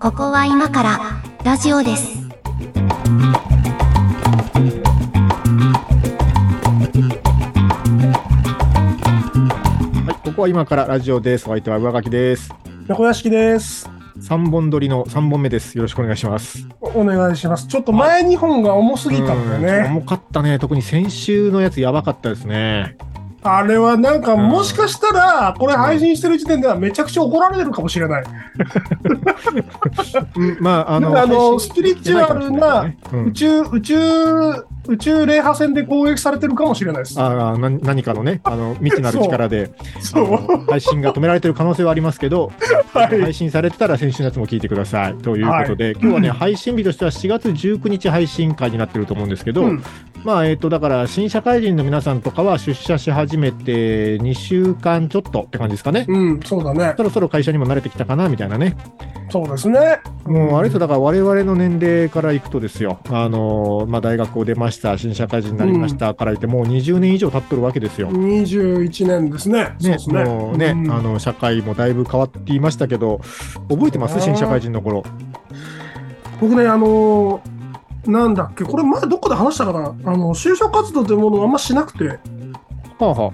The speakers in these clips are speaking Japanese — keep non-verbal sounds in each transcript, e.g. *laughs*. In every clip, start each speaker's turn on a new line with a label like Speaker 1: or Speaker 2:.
Speaker 1: ここは今からラジオです。
Speaker 2: はい、ここは今からラジオです。お相手は上書きです。
Speaker 3: 横屋敷です。
Speaker 2: 三本撮りの三本目です。よろしくお願いします。
Speaker 3: おお願いします。ちょっと前2本が重すぎたんだ
Speaker 2: うん
Speaker 3: よね。
Speaker 2: 重かったね。特に先週のやつやばかったですね。
Speaker 3: あれはなんか
Speaker 2: うん
Speaker 3: もしかしたら、これ配信してる時点ではめちゃくちゃ怒られてるかもしれない。
Speaker 2: うんまああ
Speaker 3: なんかあの
Speaker 2: 配信していかもしれいですねう
Speaker 3: 宇
Speaker 2: ん
Speaker 3: 宙、宇宙、宇宙霊波線で攻撃されてるかもしれないです。
Speaker 2: ああな何かのねあの未知なる力であ
Speaker 3: そ
Speaker 2: の
Speaker 3: う。
Speaker 2: 配信が止められてる可能性はありますけど、
Speaker 3: *laughs* はい。
Speaker 2: 配信されてたら先週のやつも聞いてくださいということで、今日はね配信日としては4月19日配信会になってると思うんですけど、
Speaker 3: うん
Speaker 2: まあえっとだから新社会人の皆さんとかは出社し始めて2週間ちょっとって感じですかね。
Speaker 3: うん、そうだね
Speaker 2: そ。ろそろ会社にも慣れてきたかなみたいなね。
Speaker 3: そうですね。
Speaker 2: もうあれとだから我々の年齢からいくとですよ、あのまあ、大学を出ました、新社会人になりましたから言って、もう20年以上経っとるわけですよ。
Speaker 3: 21年ですね。そう
Speaker 2: ね
Speaker 3: で、すね。
Speaker 2: もうね、
Speaker 3: うん
Speaker 2: あの社会もだいぶ変わっていましたけど、覚えてます
Speaker 3: あー
Speaker 2: 新社会人の頃。
Speaker 3: 僕ね、あのーなんだっけこれ前どっかで話したかなあの就職活動というものをあんましなくて
Speaker 2: はあは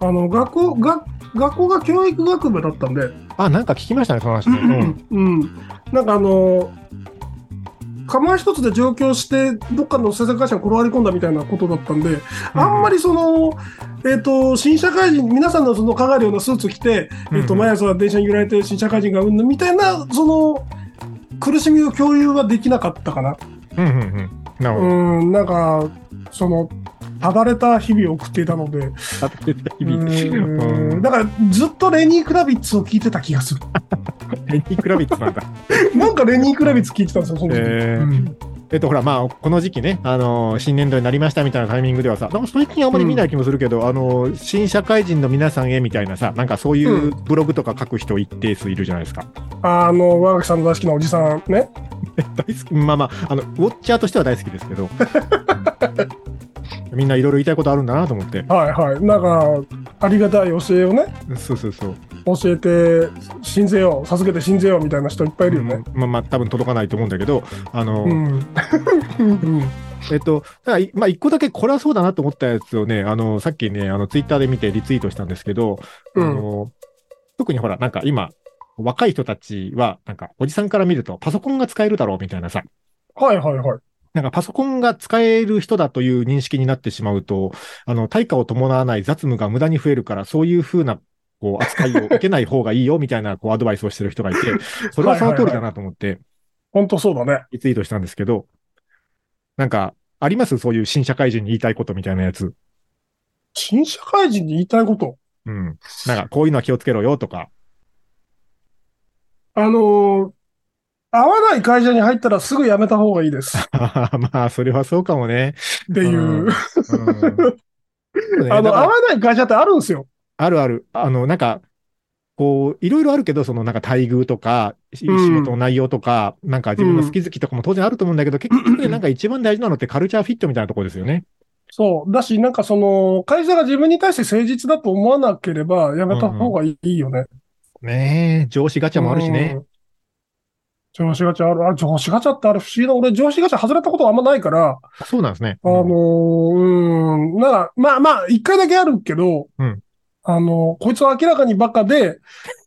Speaker 3: あの学校が学校が教育学部だったんで、
Speaker 2: あ。あ、なんか聞きましたね、その話ね。うん
Speaker 3: うん、なんかあの釜一つで上京してどっかの制作会社に転がり込んだみたいなことだったんで、あんまりその、えっと新社会人皆さんのその考えるようなスーツ着て、えっと
Speaker 2: うん
Speaker 3: 毎朝電車に揺られて新社会人がうんぬんみたいなその苦しみの共有はできなかったかな。
Speaker 2: うんうんうん。なるほど。
Speaker 3: うんなんかそのただれた日々を送っていたので、
Speaker 2: だって *laughs* 日々。う
Speaker 3: うんんだからずっとレニー・クラビッツを聞いてた気
Speaker 2: *laughs*
Speaker 3: がする。
Speaker 2: レニー・クラビッツなんだ。
Speaker 3: なんかレニー・クラビッツ聞いてたんですよ、その時。
Speaker 2: えー
Speaker 3: うん
Speaker 2: えっと、ほら、まあ、この時期ね、あのー新年度になりましたみたいなタイミングではさ、なんか最近あんまり見ない気もするけど、あのー新社会人の皆さんへみたいなさ、なんかそういううブログとか書く人一定数いるじゃないですか。
Speaker 3: あの、我がさんの大好きなおじさんね。
Speaker 2: 大好き、まあまあ、あの、ウォッチャーとしては大好きですけど、 *laughs* みんないろいろ言いたいことあるんだなと思って。
Speaker 3: はいはい。なんか、ありがたい教えをね、
Speaker 2: そうそうそう。
Speaker 3: 教えて、信ぜよう、授けて信ぜようみたいな人いっぱいいるよね。
Speaker 2: まあまあ、多分届かないと思うんだけど、あのー
Speaker 3: うん。うん
Speaker 2: えっと、だからいまあ、一個だけこれはそうだなと思ったやつをね、あの、さっきね、あの、ツイッターで見てリツイートしたんですけど、
Speaker 3: うん
Speaker 2: あの、特にほら、なんか今、若い人たちは、なんか、おじさんから見ると、パソコンが使えるだろうみたいなさ、
Speaker 3: はいはいはい。
Speaker 2: なんかパソコンが使える人だという認識になってしまうと、あの、対価を伴わない雑務が無駄に増えるから、そういうふうな、こう、扱いを受けない方がいいよ、みたいな、こう、アドバイスをしてる
Speaker 3: *laughs*
Speaker 2: 人がいて、それはその通りだなと思って、
Speaker 3: ほんとそうだね。
Speaker 2: リツイートしたんですけど、なんか、ありますそういう新社会人に言いたいことみたいなやつ。
Speaker 3: 新社会人に言いたいこと。
Speaker 2: うん。なんか、こういうのは気をつけろよとか。 *laughs*
Speaker 3: あのー合わない会社に入ったらすぐ辞めた方がいいです。っ
Speaker 2: まあ、それはそうかもね。
Speaker 3: てい
Speaker 2: う
Speaker 3: うう。
Speaker 2: んだ
Speaker 3: あの、
Speaker 2: から
Speaker 3: 合わない会社ってあるんですよ。
Speaker 2: あるある。あの、なんか、こう、いろいろあるけど、その、なんか、待遇とか、し仕
Speaker 3: うん
Speaker 2: 事の内容とか、なんか、自分の好き好きとかも当然あると思うん
Speaker 3: *clears throat*
Speaker 2: だけど、結局ね、なんか一番大事なのってカルチャーフィットみたいなところですよね。
Speaker 3: そう。だし、なんかその、会社が自分に対して誠実だと思わなければ、辞めた方がいいよね。
Speaker 2: ねえ、上司ガチャもあるしね。
Speaker 3: うん。上司ガチャある。あ、上司ガチャってあれ不思議な。俺、上司ガチャ外れたことあんまないから、
Speaker 2: そうなんですね。
Speaker 3: あのー、うん、なんか、まあまあ、一回だけあるけど、
Speaker 2: うん
Speaker 3: あのーこいつは明らかにバカで、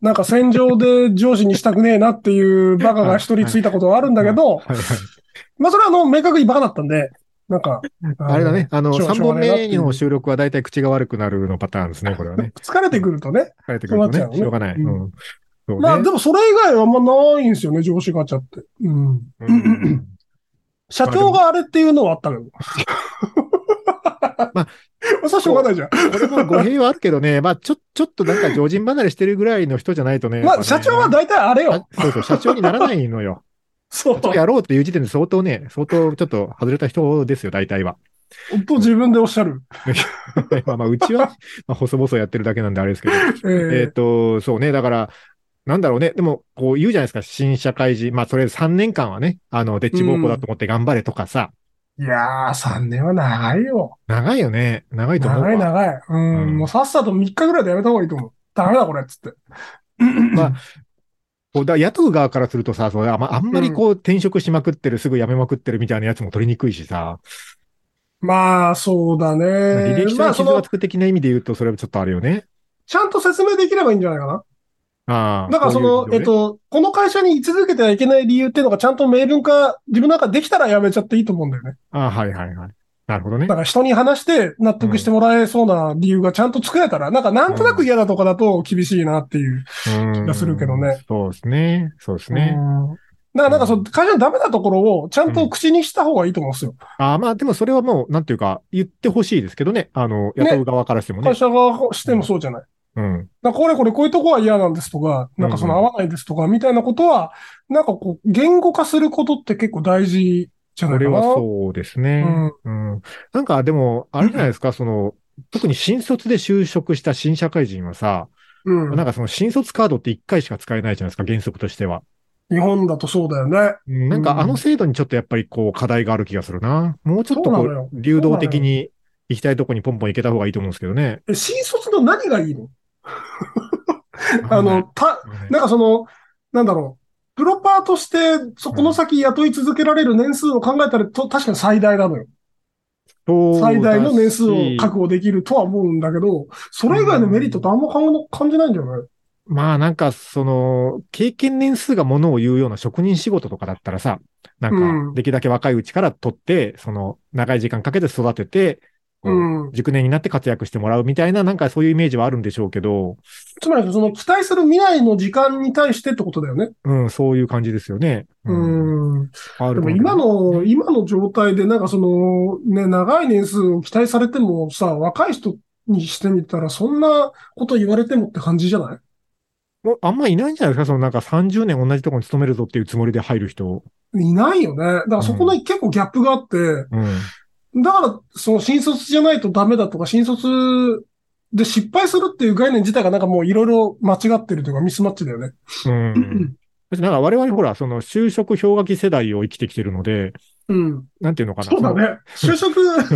Speaker 3: なんか戦場で上司にしたくねえなっていうバカが一人ついたことはあるんだけど、
Speaker 2: はいはい
Speaker 3: まあそれはあの、明確にバカだったんで、なんか、
Speaker 2: あれだね。あの、
Speaker 3: しょう
Speaker 2: 3
Speaker 3: しょう
Speaker 2: 本
Speaker 3: がねえなって
Speaker 2: 目
Speaker 3: いう
Speaker 2: の収録は大体口が悪くなるのパターンですね、これは
Speaker 3: *laughs*
Speaker 2: ね。
Speaker 3: 疲れてくるとね。
Speaker 2: 疲れてくると
Speaker 3: そうなっちゃ
Speaker 2: ね、
Speaker 3: うね
Speaker 2: しょうがない。うん。そうね
Speaker 3: まあでもそれ以外はあんまないんですよね、上司ガチャって。うん。
Speaker 2: うん
Speaker 3: 社長があれっていうのはあったけど。
Speaker 2: まあ、
Speaker 3: *laughs* それはしょうがないじゃん。
Speaker 2: これも語弊はあるけどね、 *laughs* まあ、ちょ、ちょっとなんか常人離れしてるぐらいの人じゃないとね。
Speaker 3: ま
Speaker 2: や
Speaker 3: あ、
Speaker 2: っぱ
Speaker 3: 社
Speaker 2: ね
Speaker 3: 長は大体あれよ。
Speaker 2: あそうそう、社長にならないの
Speaker 3: *laughs*
Speaker 2: よ。
Speaker 3: そう。
Speaker 2: ちょっとやろうっていう時点で相当ね、相当ちょっと外れた人ですよ、大体
Speaker 3: *laughs*
Speaker 2: は。
Speaker 3: と自分でおっしゃる。
Speaker 2: まあまあ、うちは、まあ、細々やってるだけなんであれですけど。
Speaker 3: えー
Speaker 2: えっと、そうね、だから、なんだろうね、でも、こう言うじゃないですか、新社会人。まあ、それ3年間はね、あの、でっち奉公だと思って頑張れとかさ、
Speaker 3: いやー、3年は長いよ。
Speaker 2: 長いよね、長いと思うわ。
Speaker 3: 長い長い。うん、
Speaker 2: うん
Speaker 3: もうさっさと3日ぐらいでやめた方がいいと思う。ダメだこれっつって。
Speaker 2: まあ、こうだから雇う側からするとさ、それあまあんまりこう転職しまくってる、すぐ辞めまくってるみたいなやつも取りにくいしさ、
Speaker 3: *laughs* まあ、そうだね。
Speaker 2: まあ履歴書
Speaker 3: ま
Speaker 2: に
Speaker 3: あ、そ
Speaker 2: 傷が
Speaker 3: の
Speaker 2: つ、く的な意味で言うと、それはちょっとあるよね。
Speaker 3: ちゃんと説明できればいいんじゃないかな。
Speaker 2: ああ。
Speaker 3: だからその、
Speaker 2: こうい
Speaker 3: え
Speaker 2: う
Speaker 3: っ
Speaker 2: 事情ね、
Speaker 3: と、この会社に居続けてはいけない理由っていうのがちゃんと明文化、自分の中でできたらやめちゃっていいと思うんだよね。
Speaker 2: ああ、はいはいはい。なるほどね
Speaker 3: だ。から人に話して納得してもらえそうな理由がちゃんと作れたら、なんかなんとなく嫌だとかだと厳しいなっていう。
Speaker 2: うん
Speaker 3: がするけどね。
Speaker 2: そうですね。そうですね。
Speaker 3: うんだからなんかその会社のダメなところをちゃんと口にした方がいいと思うんですよ。
Speaker 2: ああ、まあでもそれはもう、なんていうか、言ってほしいですけどね。あの、雇う側からしてもね。
Speaker 3: 会社側してもそうじゃない。
Speaker 2: うん。
Speaker 3: なんかこれこれこういうとこは嫌なんですとか、なんかその合わないですとか、みたいなことは、なんかこう、言語化することって結構大事じゃな
Speaker 2: こ
Speaker 3: いか
Speaker 2: れ
Speaker 3: な。
Speaker 2: はそうですね。うん。なんかでも、あれじゃないですか、その、特に新卒で就職した新社会人はさ、
Speaker 3: うん。うん
Speaker 2: なんかその新卒カードって1回しか使えないじゃないですか、原則としては。
Speaker 3: 日本だとそうだよね。
Speaker 2: うんなんかあの制度にちょっとやっぱりこう課題がある気がするな。もうちょっとこ
Speaker 3: そうなのよ
Speaker 2: う、流動的に行きたいとこにポンポン行けた方がいいと思うんですけどね。
Speaker 3: え、新卒の何がいいのあ
Speaker 2: う
Speaker 3: の、
Speaker 2: ん、
Speaker 3: た、なんかその、なんだろう。プロパーとして、そこの先雇い続けられる年数を考えたら、と、確かに最大なのよ。最大の年数を
Speaker 2: 確
Speaker 3: 確保できるとは思うんだけど、それ以外のメリットってあんま感じ感じないんじゃない
Speaker 2: まあなんかその、経験年数がものを言うような職人仕事とかだったらさ、な
Speaker 3: うんん
Speaker 2: か、できるだけ若いうちから取って、その、長い時間かけて育てて、こう
Speaker 3: うん。
Speaker 2: 熟年になって活躍してもらうみたいな、なんかそういうイメージはあるんでしょうけど、
Speaker 3: つまり、その期待する未来の時間に対してってことだよね。
Speaker 2: うん、そういう感じですよね。
Speaker 3: うん。
Speaker 2: あ
Speaker 3: で
Speaker 2: ると思うけど
Speaker 3: も今の、今の状態で、なんかその、ね、長い年数を期待されてもさ、若い人にしてみたら、そんなこと言われてもって感じじゃない
Speaker 2: もうあんまいないんじゃないですかそのなんか30年同じところに勤めるぞっていうつもりで入る人。
Speaker 3: いないよね。だからそこの結構ギャップがあって、
Speaker 2: うん。
Speaker 3: だからその新卒じゃないとダメだとか、新卒で失敗するっていう概念自体がなんかもういろいろ間違ってるというかミスマッチだよね。 *laughs*
Speaker 2: うん。だってなんか我々ほら、その就職氷河期世代を生きてきてるので、
Speaker 3: うん。
Speaker 2: なんていうのかな。
Speaker 3: そうだね。就 *laughs* 職、
Speaker 2: その。
Speaker 3: *laughs*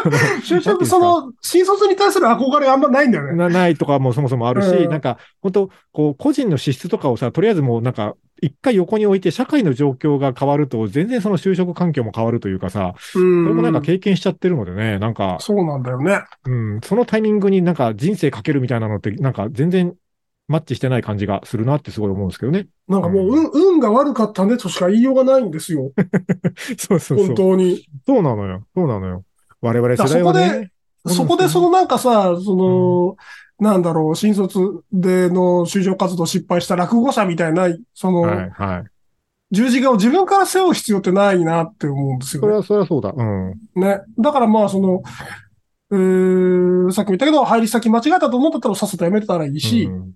Speaker 3: 就
Speaker 2: なんていうんで
Speaker 3: 職
Speaker 2: すか
Speaker 3: その新卒に対する憧れあんまないんだよね。
Speaker 2: なないとかもそもそもあるし、
Speaker 3: うん
Speaker 2: なんか、本当こう、個人の資質とかをさ、とりあえずもうなんか、一回横に置いて社会の状況が変わると、全然その就職環境も変わるというかさ、
Speaker 3: う
Speaker 2: それもなんか
Speaker 3: ん。
Speaker 2: 経験しちゃってるのでね、なんか、
Speaker 3: そうなんだよね。
Speaker 2: うん、そのタイミングになんか人生かけるみたいなのって、なんか全然マッチしてない感じがするなってすごい思うんですけど
Speaker 3: *laughs*
Speaker 2: ね。
Speaker 3: なんかもう運、運が悪かったねとしか言いようがないんですよ。
Speaker 2: そうそうそ
Speaker 3: 本
Speaker 2: う。
Speaker 3: 当に。
Speaker 2: そうなのよ。そうなのよ。我々世代は
Speaker 3: だから
Speaker 2: ね。
Speaker 3: そこでそ
Speaker 2: の、
Speaker 3: のなんかさ、その、なんだろう、新卒での就職活動失敗した落語者みたいな、その、
Speaker 2: はい、はい。
Speaker 3: 十字架を自分から背負う必要ってないなって思うんです
Speaker 2: それ
Speaker 3: よ
Speaker 2: は、それはそうだ。うん。
Speaker 3: ね。ね。だからまあ、その、うーさっきも言ったけど、入り先間違えたと思うんだったら、さっさとやめてたらいいし、
Speaker 2: うん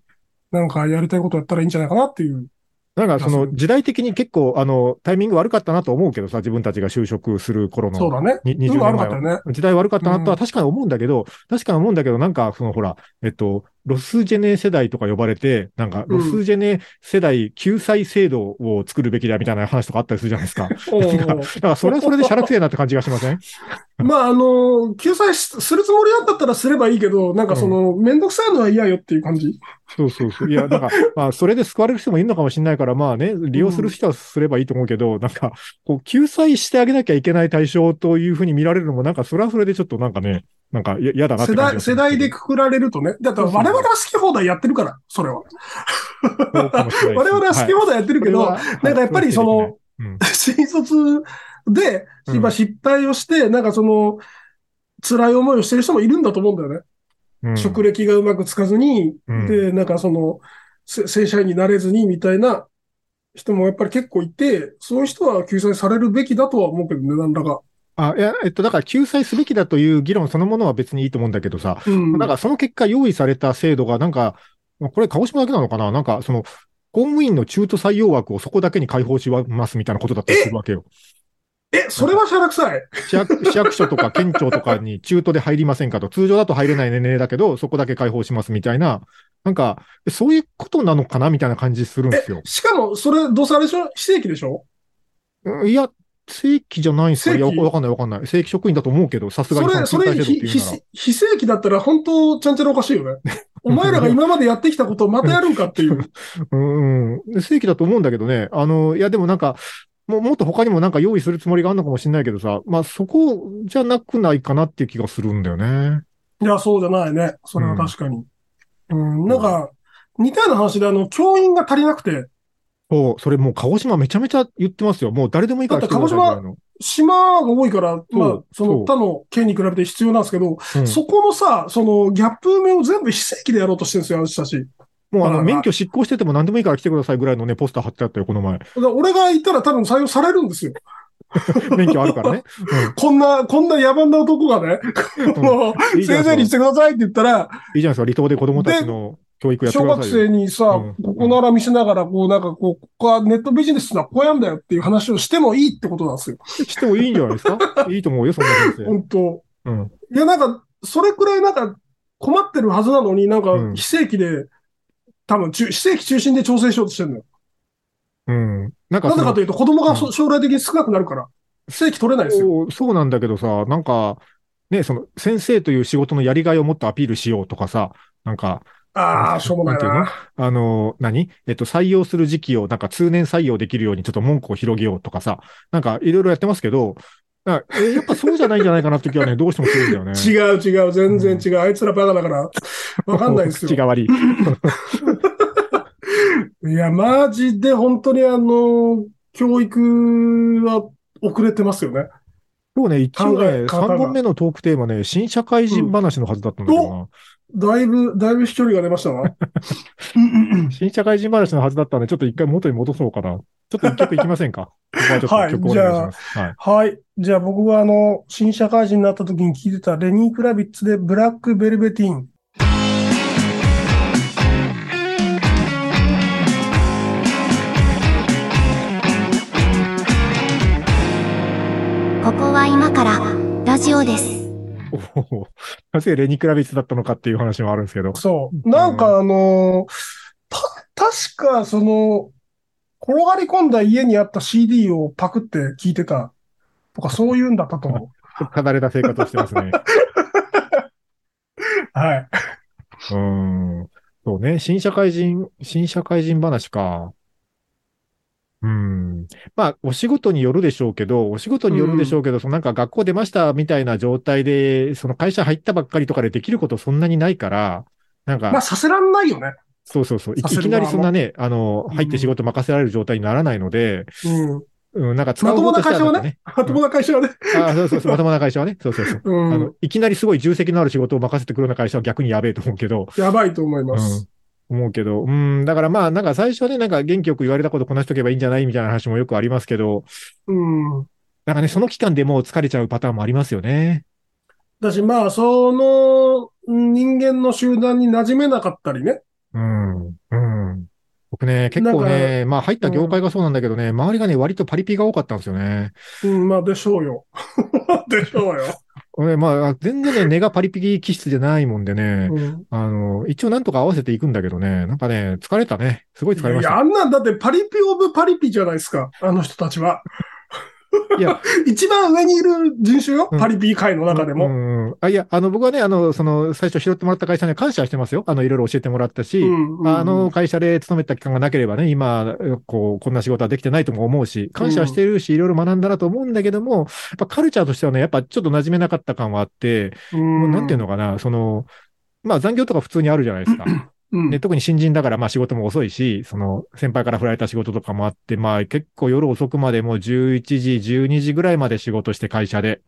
Speaker 3: なんかやりたいことやったらいいんじゃないかなっていう。
Speaker 2: なんかそ
Speaker 3: まあそ
Speaker 2: の
Speaker 3: う
Speaker 2: 時代的に結構あのタイミング悪かったなと思うけどさ、自分たちが就職する頃
Speaker 3: そう
Speaker 2: の
Speaker 3: だね。
Speaker 2: に20年
Speaker 3: 運が
Speaker 2: 前
Speaker 3: 悪かったよ
Speaker 2: は。
Speaker 3: ね。
Speaker 2: 時代悪かったなとは確かに思うんだけど、確かに思うんだけど、なんかそのほら、えっと、ロスジェネ世代とか呼ばれて、なんかロスジェネ世代救済制度を作るべきだみたいな話とかあったりするじゃないですか。
Speaker 3: おうおう
Speaker 2: だからそれはそれでシャラくせえなって感じがしません
Speaker 3: まあ、あの、救済しするつもりだったらすればいいけど、なんかその、めんどくさいのは嫌よっていう感じ。
Speaker 2: そうそうそう。いや、
Speaker 3: *laughs*
Speaker 2: なんか、まあ、それで救われる人もいるのかもしれないから、まあね、利用する人はすればいいと思うけど、なんか、こう、救済してあげなきゃいけない対象というふうに見られるのも、なんか、それはそれでちょっとなんかね、なんか、や嫌だなっ
Speaker 3: 世
Speaker 2: て感じ
Speaker 3: 代、
Speaker 2: が
Speaker 3: 世代で
Speaker 2: く
Speaker 3: くくられるとね。だって我々は好き放題やってるから、それは。
Speaker 2: るかもしれない
Speaker 3: 我々は好き
Speaker 2: だ
Speaker 3: 放題やってるけど、なんかやっぱりその、
Speaker 2: うん、
Speaker 3: *laughs* 新卒で、
Speaker 2: うん
Speaker 3: 今失敗をして、なんかその、辛い思いをしてる人もいるんだと思うんだよね。
Speaker 2: うん
Speaker 3: 職歴がうまくつかずに、
Speaker 2: うん
Speaker 3: で、なんかその、せ正社員になれずにみたいな人もやっぱり結構いて、そういう人は救済されるべきだとは思うけどね、なんだか。
Speaker 2: あ、いや、えっと、だから、救済すべきだという議論そのものは別にいいと思うんだけどさ、
Speaker 3: うん。
Speaker 2: なんかその結果用意された制度がなんか、これ鹿児島だけなのかななんかその公務員の中途採用枠をそこだけに開放しますみたいなことだったりするわけよ。
Speaker 3: え、それはしゃらくさい。
Speaker 2: 市役市役所とか県庁とかに中途で入りませんかと、通常だと入れない年齢だけど、そこだけ開放しますみたいな、なんか、そういうことなのかなみたいな感じするんですよ。
Speaker 3: しかも、それ、どうせあれでしょ非正規でしょ
Speaker 2: うんいや、正規じゃないんすかい
Speaker 3: 正
Speaker 2: や、
Speaker 3: 規
Speaker 2: わかんないわかんない。正規職員だと思うけど、さすが
Speaker 3: そ
Speaker 2: に
Speaker 3: れ、そ
Speaker 2: の
Speaker 3: れ
Speaker 2: 中途採用って
Speaker 3: ひ
Speaker 2: いう
Speaker 3: ひ
Speaker 2: なら。 *laughs*
Speaker 3: 非正規だったら本当、ちゃんちゃらおかしいよね。お前らが今までやってきたことをまたやるんかっていう。
Speaker 2: うんうん。正規だと思うんだけどね。あの、いやでもなんか、ももっと他にもなんか用意するつもりがあるのかもしれないけどさ、まあそこじゃなくないかなっていう気がするんだよね。
Speaker 3: いや、そうじゃないね。それは確かに。うん、なんか、似たような話で、あの、教員が足りなくて、
Speaker 2: そう、それもう鹿児島めちゃめちゃ言ってますよ。もう誰でもいいから来てくださいぐらいの。
Speaker 3: 島が多いから、まあ
Speaker 2: う、
Speaker 3: その
Speaker 2: そう
Speaker 3: 他の県に比べて必要なんですけど、
Speaker 2: うん
Speaker 3: そこのさ、そのギャップ埋めを全部非正規でやろうとしてるんですよ、あの人たち。
Speaker 2: もうあ
Speaker 3: あら
Speaker 2: の、
Speaker 3: ら
Speaker 2: 免許執行してても何でもいいから来てくださいぐらいのね、ポスター貼ってあったよ、この前。 *laughs*
Speaker 3: だから俺が行ったら多分採用されるんですよ。
Speaker 2: 免許あるからね。
Speaker 3: こんな、こんな野蛮な男がね、
Speaker 2: うん
Speaker 3: も
Speaker 2: うん。
Speaker 3: う、
Speaker 2: いいじゃない
Speaker 3: 先
Speaker 2: で
Speaker 3: 生にし
Speaker 2: すか。
Speaker 3: てくださいって言ったら、
Speaker 2: いいじゃないですか。離島で子供たちの教育やって
Speaker 3: 小
Speaker 2: くだ
Speaker 3: 学
Speaker 2: さいよ。
Speaker 3: 生にさ、
Speaker 2: うん
Speaker 3: ここなら見せながら、こう、なんかこう、ここはネットビジネスはこうやんだよっていう話をしてもいいってことなんですよ。
Speaker 2: してもいいんじゃないですかいいと思うよ、そんな先生。
Speaker 3: 本当
Speaker 2: うん。
Speaker 3: いや、なんか、それくらいなんか困ってるはずなのに、なん
Speaker 2: う
Speaker 3: か
Speaker 2: ん
Speaker 3: 非正規で、多分中、非正規中心で調整しようとしてるのよ。
Speaker 2: うん。なんかそ
Speaker 3: なぜ
Speaker 2: の
Speaker 3: かというと、子供が
Speaker 2: う
Speaker 3: そ将来的に少なくなるから、非正規取れないですよ。
Speaker 2: そうそうなんだけどさ、なんか、ね、その、先生という仕事のやりがいをもっとアピールしようとかさ、なんか、
Speaker 3: ああ、しょうもな
Speaker 2: な
Speaker 3: い
Speaker 2: んていう
Speaker 3: な。
Speaker 2: あの、何えっと、採用する時期を、なんか通年採用できるようにちょっと文句を広げようとかさ、なんかいろいろやってますけど、なんかえーやっぱそうじゃないんじゃないかなって気はね、どうしてもするんだよね。
Speaker 3: 違う違う、全然違う。あいつらバカだから、わかんない
Speaker 2: *laughs*
Speaker 3: ですよ
Speaker 2: 口。が悪い。
Speaker 3: いや、マジで本当にあの、教育は遅れてますよね。
Speaker 2: 今日ね、一応
Speaker 3: 考え
Speaker 2: ね、
Speaker 3: 方が
Speaker 2: 3本目のトークテーマね、新社会人話のはずだったんだけどな。
Speaker 3: だいぶ、だいぶ飛距離が出ましたな。
Speaker 2: 新社会人話のはずだったんで、ちょっと一回元に戻そうかな。ちょっと一曲いきませんかここはちょっと曲をお願いします。はい。
Speaker 3: はい。じゃあ僕があの、新社会人になった時に聴いてたレニー・クラビッツでブラック・ベルベティーン。
Speaker 1: ここは今からラジオです。
Speaker 2: おお *laughs* なぜレニクラビッツだったのかっていう話もあるんですけ
Speaker 3: *laughs*
Speaker 2: ど。
Speaker 3: そう。なんかあの、た、確かその、転がり込んだ家にあった CD をパクって聴いてたとかそういうんだったと思
Speaker 2: 離れた生活をして
Speaker 3: *laughs*
Speaker 2: ますね。
Speaker 3: う。はい。
Speaker 2: うーん。そうね。新社会人、新社会人話か。うーん。まあ、お仕事によるでしょうけど、お仕事によるでしょうけど、そのなんか学校出ましたみたいな状態で、その会社入ったばっかりとかでできることそんなにないから、なんか、
Speaker 3: まあさせらんないよね。
Speaker 2: そうそうそう。い
Speaker 3: させ
Speaker 2: い
Speaker 3: る
Speaker 2: き
Speaker 3: 側
Speaker 2: なり
Speaker 3: も
Speaker 2: そんなね、あの、入って仕事任せられる状態にならないので、
Speaker 3: うん。
Speaker 2: うん、なんか使う方としてはなんかね。
Speaker 3: まともな会社はね。
Speaker 2: ああ、そうそうそう、まともな会社はね。そうそうそう。
Speaker 3: う
Speaker 2: あ
Speaker 3: ん
Speaker 2: の、。いきなりすごい重責のある仕事を任せてくるような会社は逆にやべえと思うけど、
Speaker 3: やばいと思います。
Speaker 2: うん、思うけど、うん、だからまあ、なんか最初はね、なんか元気よく言われたことこなしとけばいいんじゃないみたいな話もよくありますけど、
Speaker 3: うん。
Speaker 2: なんかね、その期間でもう疲れちゃうパターンもありますよね。
Speaker 3: だし、まあ、その人間の集団に馴染めなかったりね。
Speaker 2: うん、うん。僕ね、結構
Speaker 3: な
Speaker 2: ね、まあ入った業界がそうなんだけどね、周りがね、割とパリピが多かったんですよね。
Speaker 3: うん、まあ、でしょうよ。 *laughs* でしょうよ。
Speaker 2: 俺、まあ、全然ね、根がパリピ気質じゃないもんでね、
Speaker 3: うん
Speaker 2: あの、一応なんとか合わせていくんだけどね、なんかね、疲れたね。すごい疲れま
Speaker 3: い
Speaker 2: した
Speaker 3: や、。あんなんだってパリピオブパリピじゃないですか。あの人たちは。
Speaker 2: いや
Speaker 3: *laughs* 一番上にいる人種よ。
Speaker 2: うん
Speaker 3: パリピ界の中で
Speaker 2: う
Speaker 3: も。
Speaker 2: んうんあ、いや、あの、僕はね、あの、その、最初拾ってもらった会社には感謝してますよ。あの、いろいろ教えてもらったし、
Speaker 3: うんうん
Speaker 2: あの、会社で勤めた期間がなければね、今、こう、こんな仕事はできてないとも思うし、感謝してるし、いろいろ学んだなと思うんだけども、やっぱカルチャーとしてはね、やっぱちょっと馴染めなかった感はあって、もうなんていうのかな、その、まあ残業とか普通にあるじゃないですか。
Speaker 3: うん
Speaker 2: で、特に新人だから、まあ仕事も遅いし、その、先輩から振られた仕事とかもあって、まあ結構夜遅くまでもう11時、12時ぐらいまで仕事して会社で。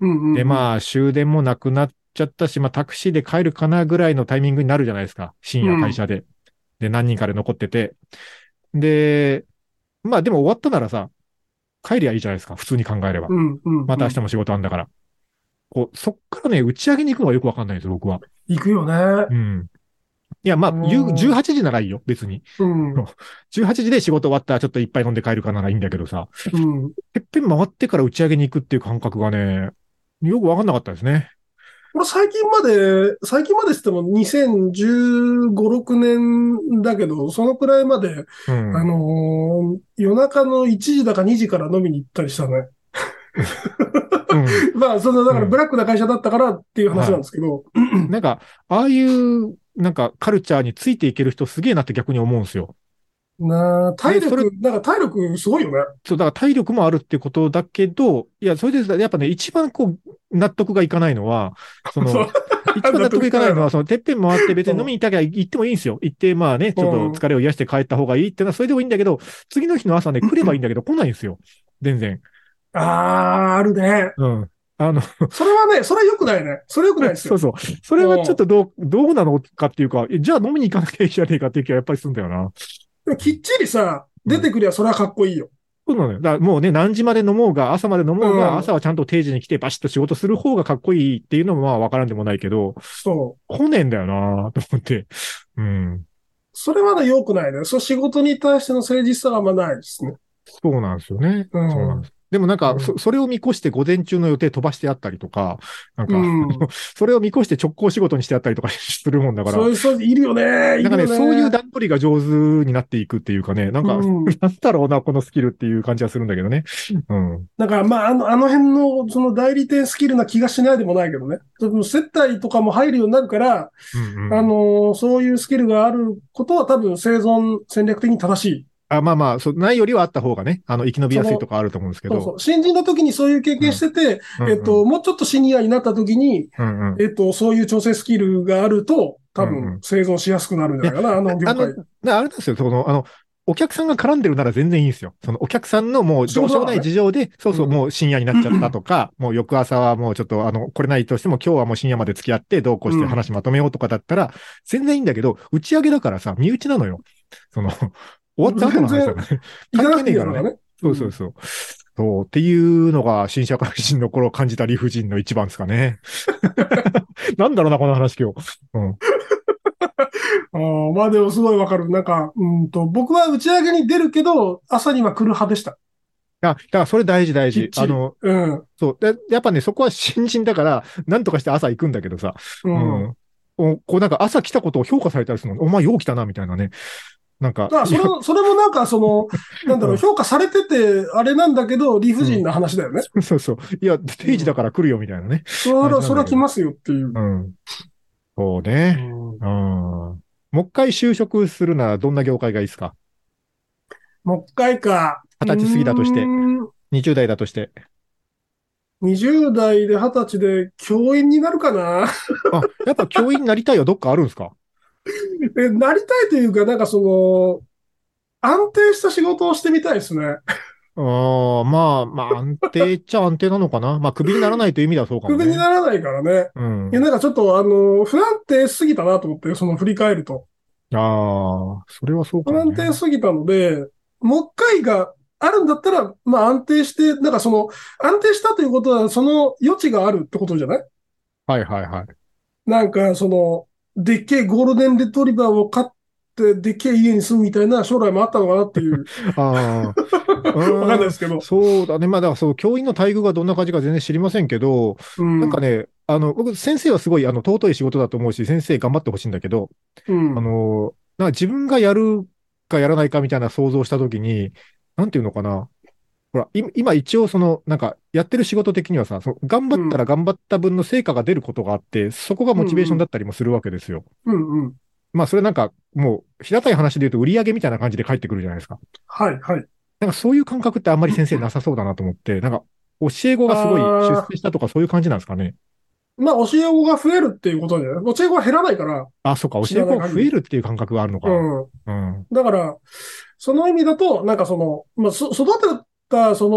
Speaker 3: うん
Speaker 2: で、
Speaker 3: あ、
Speaker 2: まあ、終電もなくなっちゃったし、まあ、タクシーで帰るかなぐらいのタイミングになるじゃないですか。深夜会社で。で、何人かで残ってて。で、まあ、でも終わったならさ、帰りゃいいじゃないですか。普通に考えれば。
Speaker 3: うんうんうん
Speaker 2: また明日も仕事あんだから。こう、そっからね、打ち上げに行くのがよくわかんないんですよ、僕は。
Speaker 3: 行くよね。
Speaker 2: うん。いや、まあ、言う
Speaker 3: うん
Speaker 2: 18時ならいいよ、別に。
Speaker 3: うん。う
Speaker 2: 18時で仕事終わったらちょっといっぱい飲んで帰るかならいいんだけどさ、
Speaker 3: ん。
Speaker 2: てっぺん回ってから打ち上げに行くっていう感覚がね、よくわかんなかったですね。
Speaker 3: 俺最近まで、最近までっつっても2015、6年だけど、そのくらいまで、
Speaker 2: うん。
Speaker 3: あのー夜中の1時だか2時から飲みに行ったりしたね。 *laughs*
Speaker 2: う
Speaker 3: まあ、その、だから
Speaker 2: うん
Speaker 3: ブラックな会社だったからっていう話なんですけど、
Speaker 2: ん、なんか、ああいう、なんかカルチャーについていける人すげえなって逆に思うんですよ。
Speaker 3: なあ体
Speaker 2: それ
Speaker 3: 力、なんか体力すごいよね。
Speaker 2: そう、だから体力もあるってことだけど、いや、それで、やっぱね、一番こう、納得がいかないの *laughs* は、その、一番納得いかないのは、その、てっぺん回って別に飲みに行ったきゃ行ってもいいんですよ。行って、まあね、ちょっと疲れを癒して帰った方がいいってのは、それでもいいんだけど、次の日の *laughs* 朝ね、来ればいいんだけど、来ないんですよ。全然。
Speaker 3: ああ、あるね。
Speaker 2: うん。あの、
Speaker 3: それはね、それは良くないね。それは良くないです
Speaker 2: *laughs* そ
Speaker 3: よ
Speaker 2: う。そう。それはちょっとどう、どうなのかっていうか、えじゃあ飲みに行かなきゃいいじゃねえかっていう気はやっぱりするんだよな。
Speaker 3: でもきっちりさ、出てくりゃそれはかっこいいよ。
Speaker 2: そうなのよ。だからもうね、何時まで飲もうが、朝まで飲もう
Speaker 3: うん
Speaker 2: が、朝はちゃんと定時に来てバシッと仕事する方がかっこいいっていうのもまあわからんでもないけど、
Speaker 3: そう。
Speaker 2: 来ねえんだよなと思って。うん。
Speaker 3: それはね、良くないね。そう仕事に対しての誠実さがあんまないですね。
Speaker 2: そうなんですよね。
Speaker 3: うん
Speaker 2: そうなんです。でもなんか、
Speaker 3: うん
Speaker 2: そ、それを見越して午前中の予定飛ばしてあったりとか、なんか、
Speaker 3: うん
Speaker 2: あの *laughs* それを見越して直行仕事にしてあったりとかするもんだから、
Speaker 3: そういう人いるよね。いる
Speaker 2: な
Speaker 3: よ
Speaker 2: んか
Speaker 3: ね。
Speaker 2: ね、そういう段取りが上手になっていくっていうかね、なんか、
Speaker 3: うん
Speaker 2: なんだろうな、このスキルっていう感じはするんだけどね。うん。
Speaker 3: なんか、まあ、あの、あの辺の、その代理店スキルな気がしないでもないけどね。その接待とかも入るようになるから、
Speaker 2: うんうん
Speaker 3: あのーそういうスキルがあることは多分生存戦略的に正しい。
Speaker 2: あまあまあ、そう、ないよりはあった方がね、あの、生き延びやすいとかあると思うんですけ
Speaker 3: そ
Speaker 2: ど。
Speaker 3: うそう。新人の時にそういう経験してて、
Speaker 2: うん
Speaker 3: え
Speaker 2: うん
Speaker 3: っと、、もうちょっとシニアになった時に、
Speaker 2: うんうん
Speaker 3: えっと、そういう調整スキルがあると、
Speaker 2: う
Speaker 3: 多
Speaker 2: んう
Speaker 3: 分
Speaker 2: ん
Speaker 3: 生存しやすくなるんじゃないかな、あの業
Speaker 2: あの、
Speaker 3: 界
Speaker 2: だ。からあれなんですよ、その、あの、お客さんが絡んでるなら全然いいんですよ。そのお客さんのもう
Speaker 3: そ
Speaker 2: ど
Speaker 3: う
Speaker 2: うしよ
Speaker 3: そうう
Speaker 2: もない事情で、そうそう、
Speaker 3: うん
Speaker 2: もう深夜になっちゃったとか、もう翌朝はもうちょっとあの、来れないとしても今日はもう深夜まで付き合ってどうこうして話まとめようとかだったら、全然いいんだけど、打ち上げだからさ、身内なのよ。その、終わった後の話だからね。
Speaker 3: いかなくていいからね。
Speaker 2: *laughs* そうそうそう。そう、っていうのが、新社会人の頃感じた理不尽の一番ですかね。 *laughs* なんだろうな、この話今日。うん。
Speaker 3: あーまあでもすごいわかる。なんか、うんと、僕は打ち上げに出るけど、朝には来る派でした。
Speaker 2: あ、だからそれ大事大
Speaker 3: きっ
Speaker 2: 事。あ
Speaker 3: ちり
Speaker 2: の、
Speaker 3: うん。
Speaker 2: そう。でやっぱね、そこは新人だから、なんとかして朝行くんだけどさ。
Speaker 3: う。
Speaker 2: うんおこうなんか朝来たことを評価されたりするの。お前よう来たな、みたいなね。なんか
Speaker 3: だか。らそれ
Speaker 2: いや
Speaker 3: も、それもなんかその、なんだろ
Speaker 2: うん
Speaker 3: う、評価されてて、あれなんだけど、理不尽な話だよね。
Speaker 2: そうそう。いや、 *laughs* 定時だから来るよ、みたいなね。
Speaker 3: それ
Speaker 2: う
Speaker 3: は、
Speaker 2: ん
Speaker 3: それは来ますよっていう
Speaker 2: う。ん。そうね。うん。もう一回就職するならどんな業界がいいですか
Speaker 3: もう一回か。
Speaker 2: 二十歳過ぎだとして
Speaker 3: うーん
Speaker 2: ?20 代だとして。
Speaker 3: 20代で20歳で教員になるかな *laughs*
Speaker 2: あ、やっぱ教員になりたいはどっかあるんですか
Speaker 3: えなりたいというか、なんかその、安定した仕事をしてみたいですね。
Speaker 2: ああ、まあ、まあ、安定っちゃ安定なのかな。まあ、クビにならないという意味ではそうかも
Speaker 3: 首
Speaker 2: ね。
Speaker 3: にならないからね。
Speaker 2: うん
Speaker 3: いや、。なんかちょっと、あの、不安定すぎたなと思って、その振り返ると。
Speaker 2: ああ、それはそうか
Speaker 3: 不
Speaker 2: も
Speaker 3: 安
Speaker 2: ね。
Speaker 3: 定すぎたので、もう一回があるんだったら、まあ安定して、なんかその、安定したということは、その余地があるってことじゃない
Speaker 2: はいはいはい。
Speaker 3: なんか、その、でっけえゴールデンレトリバーを飼って、でっけえ家に住むみたいな将来もあったのかなっていう、
Speaker 2: あ *laughs* あ。
Speaker 3: *laughs* わかんないですけど。
Speaker 2: そうだね。まあ、だからそう、教員の待遇がどんな感じか全然知りませんけど、
Speaker 3: うん。
Speaker 2: なんかね、あの、僕、先生はすごい、あの、尊い仕事だと思うし、先生頑張ってほしいんだけど、
Speaker 3: うん
Speaker 2: あの、なんか自分がやるかやらないかみたいな想像したときに、なんていうのかな。ほら、い今一応その、なんか、やってる仕事的にはさ、その頑張ったら頑張った分の成果が出ることがあって、そこがモチベーションだったりもするわけですよ。
Speaker 3: うんうん。
Speaker 2: まあ、それなんか、もう、平たい話で言うと売り上げみたいな感じで返ってくるじゃないですか。
Speaker 3: はい、はい。
Speaker 2: なんかそういう感覚ってあんまり先生なさそうだなと思って、なんか教え子がすごい
Speaker 3: あー
Speaker 2: 出世したとかそういう感じなんですかね。
Speaker 3: まあ、教え子が増えるっていうことじゃない教え子は減らないから、
Speaker 2: あ、そうか、
Speaker 3: 知
Speaker 2: 教
Speaker 3: ら
Speaker 2: え
Speaker 3: ない
Speaker 2: 子が増えるっていう感覚があるのか。うん。
Speaker 3: うん。
Speaker 2: うん。
Speaker 3: だから、その意味だと、なんかその、まあ、そ育てた、そ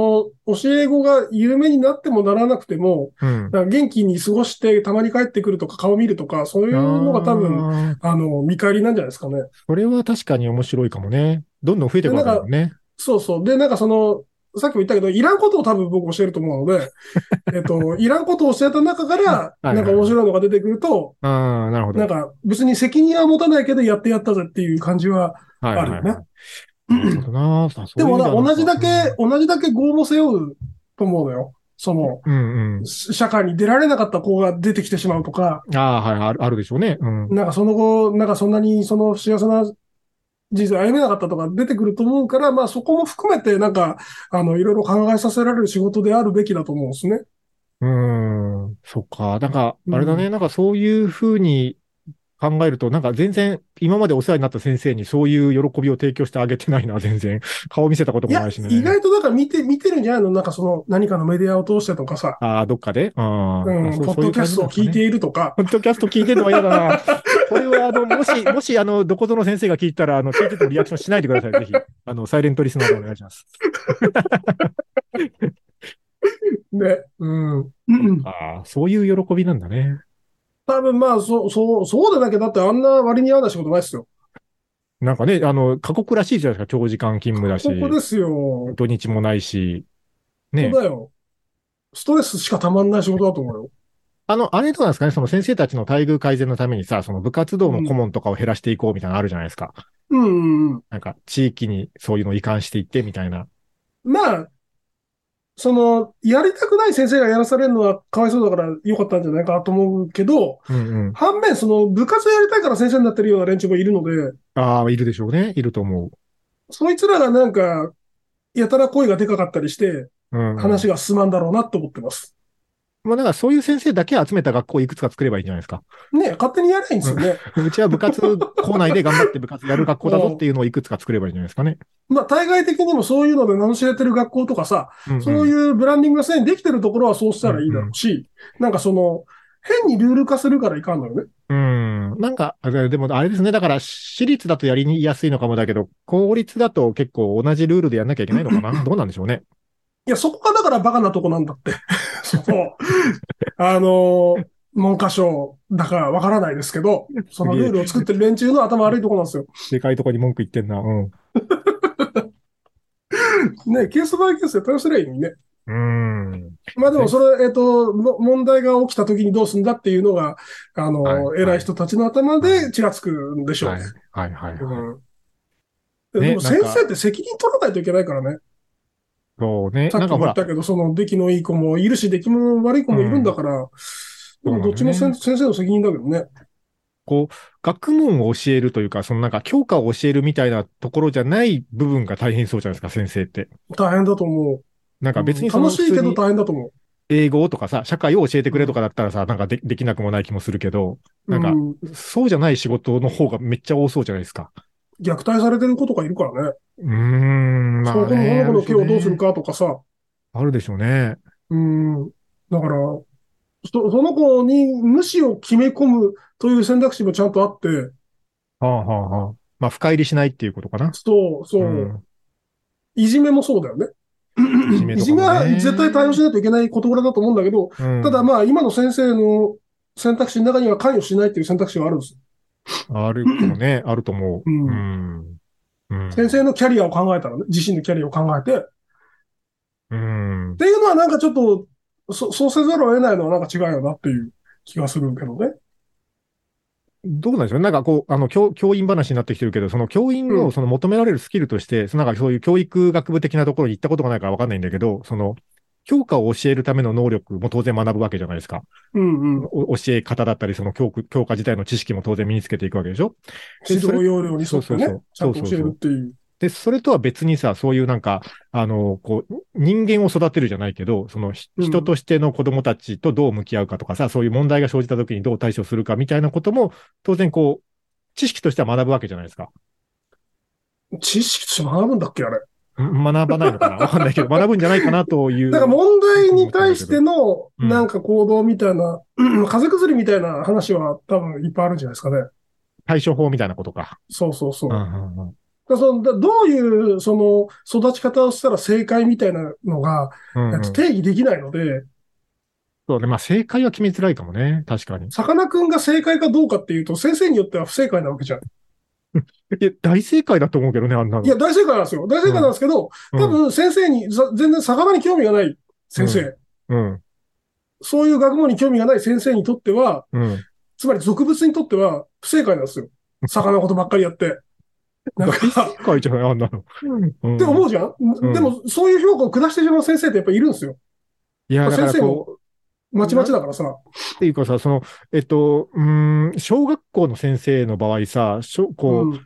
Speaker 3: の、教え子が有名になってもならなくても、なんか元気に過ごして、たまに帰ってくるとか、顔見るとか、そういうのが多分、あ
Speaker 2: あー
Speaker 3: の、見返りなんじゃないですかね。
Speaker 2: それは確かに面白いかもね。どんどん増えていくわけだもんね。
Speaker 3: そうそう。で、なんかその、さっきも言ったけど、いらんことを多分僕教えると思
Speaker 2: *laughs*
Speaker 3: うので、えっと、いらんことを教えた中から、
Speaker 2: はいはい
Speaker 3: なんか面白いのが出てくると、
Speaker 2: ああ、なるほど。
Speaker 3: なんか別に責任は持たないけど、やってやったぜっていう感じは。
Speaker 2: はいはい
Speaker 3: あるよ
Speaker 2: はい。なるほどな。さ
Speaker 3: でもな、
Speaker 2: そういう意
Speaker 3: 同
Speaker 2: 味
Speaker 3: じ
Speaker 2: では
Speaker 3: だけ、同じだけ業も背負うと思うのよ。その、
Speaker 2: うんう
Speaker 3: 社会に出られなかった子が出てきてしまうとか、
Speaker 2: ん。ああ、はい、あるあるでしょうね。うん。
Speaker 3: なんかその後、なんかそんなにその幸せな人生を歩めなかったとか出てくると思うから、まあそこも含めて、なんか、あの、いろいろ考えさせられる仕事であるべきだと思うんですね。
Speaker 2: うーん、そっか。なんか、あれだね、なんかそういうふうに考えると、なんか全然、今までお世話になった先生にそういう喜びを提供してあげてないな、全然。 *laughs* 顔見せたこと
Speaker 3: い
Speaker 2: も
Speaker 3: や、
Speaker 2: ないし
Speaker 3: 意
Speaker 2: ね。
Speaker 3: 外とだから見て、見てるんじゃないのなんかその、何かのメディアを通してとかさ、
Speaker 2: ああ、どっかでうん。
Speaker 3: うん、
Speaker 2: そう
Speaker 3: ポッドキャストを
Speaker 2: そうう感じなんで
Speaker 3: 聞い。
Speaker 2: すかね
Speaker 3: ているとか、
Speaker 2: ポッドキャスト聞いてるのは嫌だな。これは、あの、も
Speaker 3: *laughs*
Speaker 2: し、もし、あの、どこぞの先生が聞いたら、あの、聞いててもリアクションしないでください、ぜひ。あの、サイレントリスナーでお願いします。
Speaker 3: ね、うん。うん
Speaker 2: ああ、そういう喜びなんだね。
Speaker 3: 多分まあ、そう、そう、そうでなきゃだってあんな割に合わない仕事ないですよ。
Speaker 2: なんかね、あの、過酷らしいじゃないですか、長時間勤務だし
Speaker 3: こ、こですよ。
Speaker 2: 土日もないし。
Speaker 3: そう
Speaker 2: ね。
Speaker 3: だよ。ストレスしかたまんない仕事だと思うよ。
Speaker 2: あの、あれどうなんですかね、その先生たちの待遇改善のためにさ、その部活動の顧問とかを減らしていこうみたいなのあるじゃないですか。
Speaker 3: うんうんうん。
Speaker 2: なんか、地域にそういうのを移管していってみたいな。
Speaker 3: まあ、その、やりたくない先生がやらされるのはかわいそうだから良かったんじゃないかなと思うけど、
Speaker 2: うんうん。
Speaker 3: 反面、その、部活やりたいから先生になってるような連中もいるので、
Speaker 2: ああ、いるでしょうね。いると思
Speaker 3: そいつらがなんか、やたら声がでかかったりして、
Speaker 2: う。うん。
Speaker 3: 話が進まんだろうなと思ってます。
Speaker 2: まあ、なんかそういう先生だけ集めた学校をいくつか作ればいいんじゃないですか。
Speaker 3: ねえ勝手にやりゃいいんですよね。
Speaker 2: うちは部活、校内で頑張って部活やる学校だぞっていうのをいくつか作ればいいんじゃないですかね。
Speaker 3: まあ、対外的にもそういうので名の知れてる学校とかさ、
Speaker 2: うんうん
Speaker 3: そういうブランディングがすでにできてるところはそうしたらいいだろうし、なんかその、変にルール化するからいかんのよね。
Speaker 2: うん。なんか、あれでも、あれですね。だから、私立だとやりやすいのかもだけど、公立だと結構同じルールでやんなきゃいけないのかな。
Speaker 3: *laughs*
Speaker 2: どうなんでしょうね。
Speaker 3: いや、そこがだからバカなとこなんだって。 *laughs* その、あの、文科省だからわからないですけど、そのルールを作ってる連中の頭悪いとこなんですよ。
Speaker 2: でかいとこに文句言ってんな。うん。
Speaker 3: ね、ケースバイケースで対応すればいいのにね。
Speaker 2: うん。
Speaker 3: まあでもそれ、えっと、も問題が起きた時にどうすんだっていうのが、あの、
Speaker 2: はい
Speaker 3: 偉い人たちの頭でちらつくんでしょうね。
Speaker 2: はいはいはい。
Speaker 3: うんで
Speaker 2: ね
Speaker 3: も
Speaker 2: なん
Speaker 3: 先
Speaker 2: か
Speaker 3: 生って責任取らないといけないからね。
Speaker 2: そうね。
Speaker 3: さっ
Speaker 2: なん
Speaker 3: きも
Speaker 2: かほ
Speaker 3: 言
Speaker 2: ら
Speaker 3: っ、たけど、その出来のいい子もいるし、出来の悪い子もいるんだから、でもどっちも
Speaker 2: そうだね
Speaker 3: 先先生の責任だけどね。
Speaker 2: こう、学問を教えるというか、そのなんか教科を教えるみたいなところじゃない部分が大変そうじゃないですか、先生って。
Speaker 3: 大変だと思う。
Speaker 2: なんか別にその
Speaker 3: 楽しいけど
Speaker 2: 普通に
Speaker 3: 大変だと思
Speaker 2: 英語とかさ、社会を教えてくれとかだったらさ、なんかでできなくもない気もするけど、
Speaker 3: う。
Speaker 2: なんか
Speaker 3: うん、
Speaker 2: そうじゃない仕事の方がめっちゃ多そうじゃないですか。
Speaker 3: 虐待されてる子とかいるからね。
Speaker 2: うーん、まあ
Speaker 3: その子の
Speaker 2: ね。
Speaker 3: この子の毛をどうする
Speaker 2: か。
Speaker 3: かとかさ。
Speaker 2: あるでしょうね。
Speaker 3: うん。だから、そその子に無視を決め込むという選択肢もちゃんとあって、
Speaker 2: はあはあはあ。まあ、深入りしないっていうことかな。
Speaker 3: そう、そう、
Speaker 2: ん。
Speaker 3: いじめもそうだよね。
Speaker 2: いじめ
Speaker 3: い
Speaker 2: と
Speaker 3: じ
Speaker 2: か
Speaker 3: め
Speaker 2: も
Speaker 3: は
Speaker 2: ね
Speaker 3: 絶対対応しないといけない事柄だと思うんだけど、
Speaker 2: うん
Speaker 3: ただまあ今の先生の選択肢の中には関与しないっていう選択肢があるんです。
Speaker 2: あるかもね、あると思う。
Speaker 3: うん
Speaker 2: うん。うん
Speaker 3: 先生のキャリアを考えたらね、自身のキャリアを考えて、っ
Speaker 2: うん。
Speaker 3: ていうのはなんかちょっと、そそうせざるを得ないのはなんか違うよなっていう気がするけどね。
Speaker 2: どうなんでしょうなんかこう、あの、教、教員話になってきてるけど、その教員
Speaker 3: う
Speaker 2: の
Speaker 3: ん
Speaker 2: その求められるスキルとして、そのなんかそういう教育学部的なところに行ったことがないからわかんないんだけど、その、教科を教えるための能力も当然学ぶわけじゃないですか。
Speaker 3: うんうん。
Speaker 2: お教え方だったり、その教区教科自体の知識も当然身につけていくわけでしょで
Speaker 3: 指導
Speaker 2: それ
Speaker 3: 要領に沿ってね、ち
Speaker 2: そ
Speaker 3: ゃ
Speaker 2: うんそ
Speaker 3: と
Speaker 2: うそう
Speaker 3: 教えるっていう。
Speaker 2: で、それとは別にさ、そういうなんか、あの、こう、人間を育てるじゃないけど、そのひ
Speaker 3: うん
Speaker 2: 人としての子供たちとどう向き合うかとかさ、そういう問題が生じた時にどう対処するかみたいなことも、当然こう、知識としては学ぶわけじゃないですか。
Speaker 3: 知識として学ぶんだっけあれ。
Speaker 2: ん学ばないのかなわ *laughs* かんないけど、学ぶんじゃないかなという。
Speaker 3: だから問題に対しての、
Speaker 2: うん
Speaker 3: なんか行動みたいな、風邪薬みたいな話は多分いっぱいあるんじゃないですかね。
Speaker 2: 対処法みたいなことか。
Speaker 3: そうそうそう。
Speaker 2: うんう
Speaker 3: だか
Speaker 2: んうん
Speaker 3: らそのだどういう、その、育ち方をしたら正解みたいなのが、
Speaker 2: うん
Speaker 3: え
Speaker 2: う
Speaker 3: っ
Speaker 2: ん
Speaker 3: と定義できないので、
Speaker 2: そうね。まあ、正解は決めづらいかもね。確かに。
Speaker 3: さかなクンが正解かどうかっていうと、先生によっては不正解なわけじゃん。
Speaker 2: いや、大正解だと思うけどね、あんなの。
Speaker 3: いや、大正解なんですよ。大正解なんですけど、
Speaker 2: うん、
Speaker 3: 多分先生に、ざ全然魚に興味がない先生、
Speaker 2: うん。
Speaker 3: そういう学問に興味がない先生にとっては、
Speaker 2: うん。
Speaker 3: つまり俗物にとっては不正解なんですよ。魚のことばっかりやって。なん
Speaker 2: 大
Speaker 3: か、
Speaker 2: 正解じゃない、あんなの。うん
Speaker 3: って思うじゃん、
Speaker 2: ん
Speaker 3: でも、そういう評価を下してしまう先生ってやっぱいるんですよ。
Speaker 2: いや、だから
Speaker 3: 先生
Speaker 2: こう
Speaker 3: も、まちまちだからさ。
Speaker 2: っていうかさ、その、えっと、うーん、小学校の先生の場合さ、小こう、
Speaker 3: うん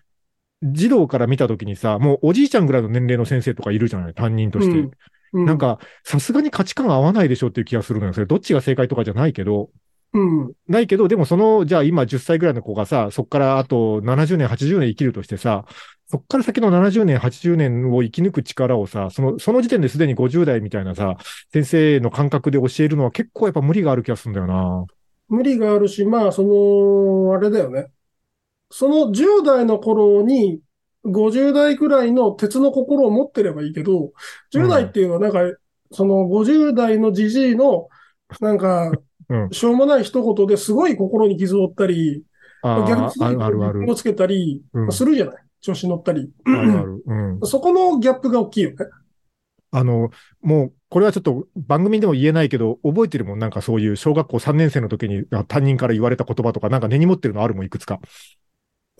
Speaker 2: 児童から見たときにさ、もうおじいちゃんぐらいの年齢の先生とかいるじゃない担任として。
Speaker 3: うんう
Speaker 2: なん、か、さすがに価値観合わないでしょっていう気がするのよ。それ、どっちが正解とかじゃないけど、
Speaker 3: うん、
Speaker 2: ないけど、でもその、じゃあ今10歳ぐらいの子がさ、そっからあと70年、80年生きるとしてさ、そっから先の70年、80年を生き抜く力をさ、その、その時点ですでに50代みたいなさ、先生の感覚で教えるのは結構やっぱ無理がある気がするんだよな。
Speaker 3: 無理があるし、まあ、その、あれだよね。その10代の頃に、50代くらいの鉄の心を持ってればいいけど、10代っていうのはなんか、その50代のじじいの、なんか
Speaker 2: う、ん
Speaker 3: しょうもない一言ですごい心に傷を負ったり、
Speaker 2: あ
Speaker 3: 逆
Speaker 2: あ
Speaker 3: にすごい
Speaker 2: あるある。
Speaker 3: をつけたり
Speaker 2: うん
Speaker 3: するじゃない。調子に乗ったり。
Speaker 2: あるある。うん。
Speaker 3: *laughs* そこのギャップが大きいよね。
Speaker 2: あの、もう、これはちょっと番組でも言えないけど、覚えてるもん、なんかそういう小学校3年生の時にあ担任から言われた言葉とか、なんか根に持ってるのあるもん、いくつか。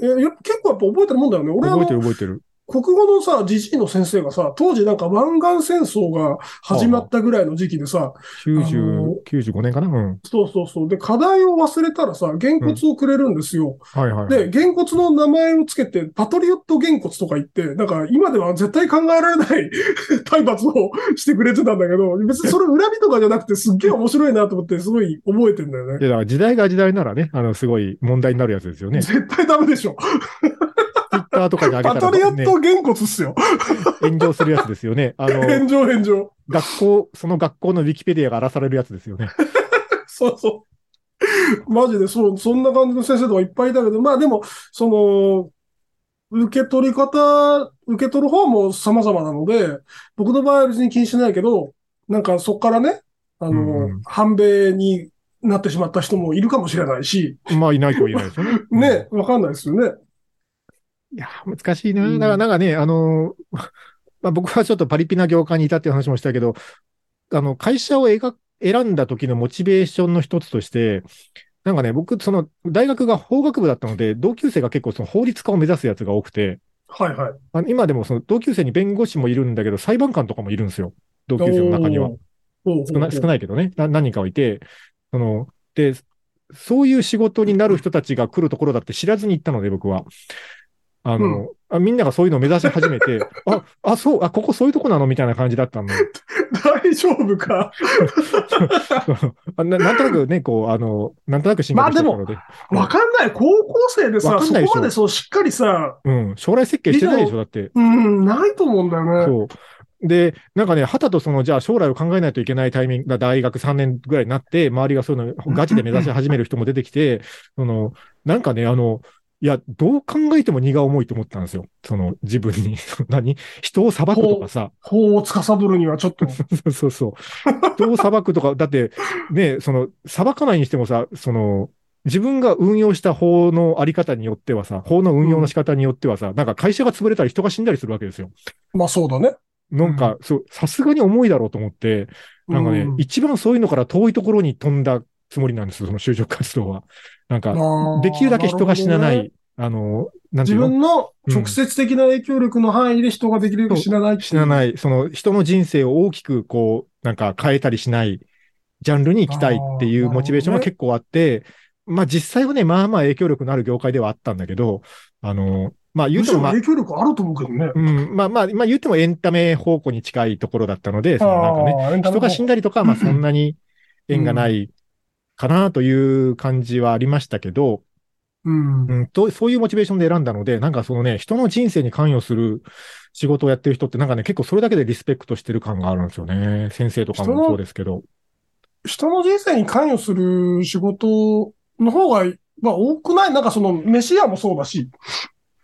Speaker 3: えやっぱ結構やっぱ覚えてるもんだよね。俺あ
Speaker 2: 覚え
Speaker 3: の
Speaker 2: て、る覚えてる。
Speaker 3: 国語のさ、じじいの先生がさ、当時なんか湾岸戦争が始まったぐらいの時期でさ、あの
Speaker 2: 90、95年かなうん。
Speaker 3: そうそうそう。で、課題を忘れたらさ、げんこつをくれるんですよ。
Speaker 2: はいはい、はい。
Speaker 3: で、げんこつの名前をつけて、パトリオットげんこつとか言って、なんか今では絶対考えられない *laughs* 体罰をしてくれてたんだけど、別にそれ恨みとかじゃなくてすっげえ面白いなと思って、すごい覚えてんだよね。
Speaker 2: いやだから時代が時代ならね、あの、すごい問題になるやつですよね。ツイ
Speaker 3: 絶対ダメでしょ。
Speaker 2: ッターとかに上げた
Speaker 3: パトリ
Speaker 2: ら、
Speaker 3: オ
Speaker 2: ね
Speaker 3: ッ、トげんこつっすよ。
Speaker 2: 炎上するやつですよね。あ
Speaker 3: *laughs*
Speaker 2: の、
Speaker 3: 炎上炎上。
Speaker 2: 学校、その学校のウィキペディアが荒らされるやつですよね。
Speaker 3: そうそう。マジで、そう、そんな感じの先生とかいっぱいいたけど、まあでも、その、受け取り方、受け取る方も様々なので、僕の場合は別に気にしてないけど、なんかそっからね、あ
Speaker 2: うんう
Speaker 3: の
Speaker 2: ん、
Speaker 3: 反米になってしまった人もいるかもしれないし、
Speaker 2: まあ、いないとは言えないですよね。
Speaker 3: *laughs* ね、わかんないですよね。
Speaker 2: いや、難しいな。
Speaker 3: うん
Speaker 2: だから、なんかね、あの、 *laughs* まあ、僕はちょっとパリピな業界にいたっていう話もしたけど、あの、会社を描選んだ時のモチベーションの一つとして、なんかね、僕、その、大学が法学部だったので、同級生が結構その法律家を目指すやつが多くて、
Speaker 3: はいはい。
Speaker 2: あの今でもその同級生に弁護士もいるんだけど、裁判官とかもいるんですよ。同級生の中には
Speaker 3: おー。。おー
Speaker 2: 少ない、少ないけどね。な何人かはいて、その、で、そういう仕事になる人たちが来るところだって知らずに行ったので、僕は。あの、あみんながそういうのを目指し始め *laughs* て、あ、あ、そう、あ、ここそういうとこなのみたいな感じだったの。
Speaker 3: *laughs* 大丈夫か。
Speaker 2: *laughs* あななんとなくね、こう、あの、なんとなく進学してたので、
Speaker 3: わかんない。高校生でさ、
Speaker 2: わかん
Speaker 3: そ
Speaker 2: ないでしょ
Speaker 3: こまでそう、しっかりさ、
Speaker 2: うん、将来設計してないでしょ、だって。
Speaker 3: うん、ないと思うんだよね。
Speaker 2: そう。で、なんかね、はたとその、じゃあ将来を考えないといけないタイミングが大学3年ぐらいになって、周りがそういうのガチで目指し始める人も出てきて、 *laughs* その、なんかね、あの、いや、どう考えても荷が重いと思ったんですよ。その、自分に。 *laughs* そんなに人を裁くとかさ、
Speaker 3: 法を司るにはちょっと。
Speaker 2: そうそうそう。人を裁くとか、だって、ね、その、裁かないにしてもさ、その、自分が運用した法のあり方によってはさ、法の運用の仕方によってはさ、なんか会社が潰れたり人が死んだりするわけですよ。
Speaker 3: まあそうだね。
Speaker 2: なんか、そう、さすがに重いだろうと思って、なんかね、
Speaker 3: う
Speaker 2: 一番そういうのから遠いところに飛んだつもりなんですよ、その就職活動は。なんか、
Speaker 3: あー
Speaker 2: できるだけ人が死なない、
Speaker 3: るほどね
Speaker 2: あの、なんてい
Speaker 3: 自
Speaker 2: うの
Speaker 3: 分の直接的な影響力の範囲で人ができるだけ死なないっていう
Speaker 2: 死なない、その人の人生を大きくこう、なんか変えたりしない、ジャンルに行きたいってい
Speaker 3: あ
Speaker 2: う
Speaker 3: ー
Speaker 2: モチベーションが
Speaker 3: なる
Speaker 2: 結構あって、まあ実際はね、まあまあ影響力のある業界ではあったんだけど、あの、まあ言う
Speaker 3: む
Speaker 2: て
Speaker 3: し
Speaker 2: も
Speaker 3: ろ
Speaker 2: まあ、
Speaker 3: 影響力あると思うけどね。
Speaker 2: うん、まあまあ、まあ言うてもエンタメ方向に近いところだったので、そのなんかね、
Speaker 3: あーエンタメ
Speaker 2: 人が死んだりとかは、まあそんなに縁がないかなという感じはありましたけど、
Speaker 3: うん。
Speaker 2: うん、とそういうモチベーションで選んだので、なんかそのね、人の人生に関与する仕事をやってる人ってなんかね、結構それだけでリスペクトしてる感があるんですよね。先生とかもそうですけど。
Speaker 3: 人の人生に関与する仕事の方が、まあ多くないなんかその、飯屋もそうだし、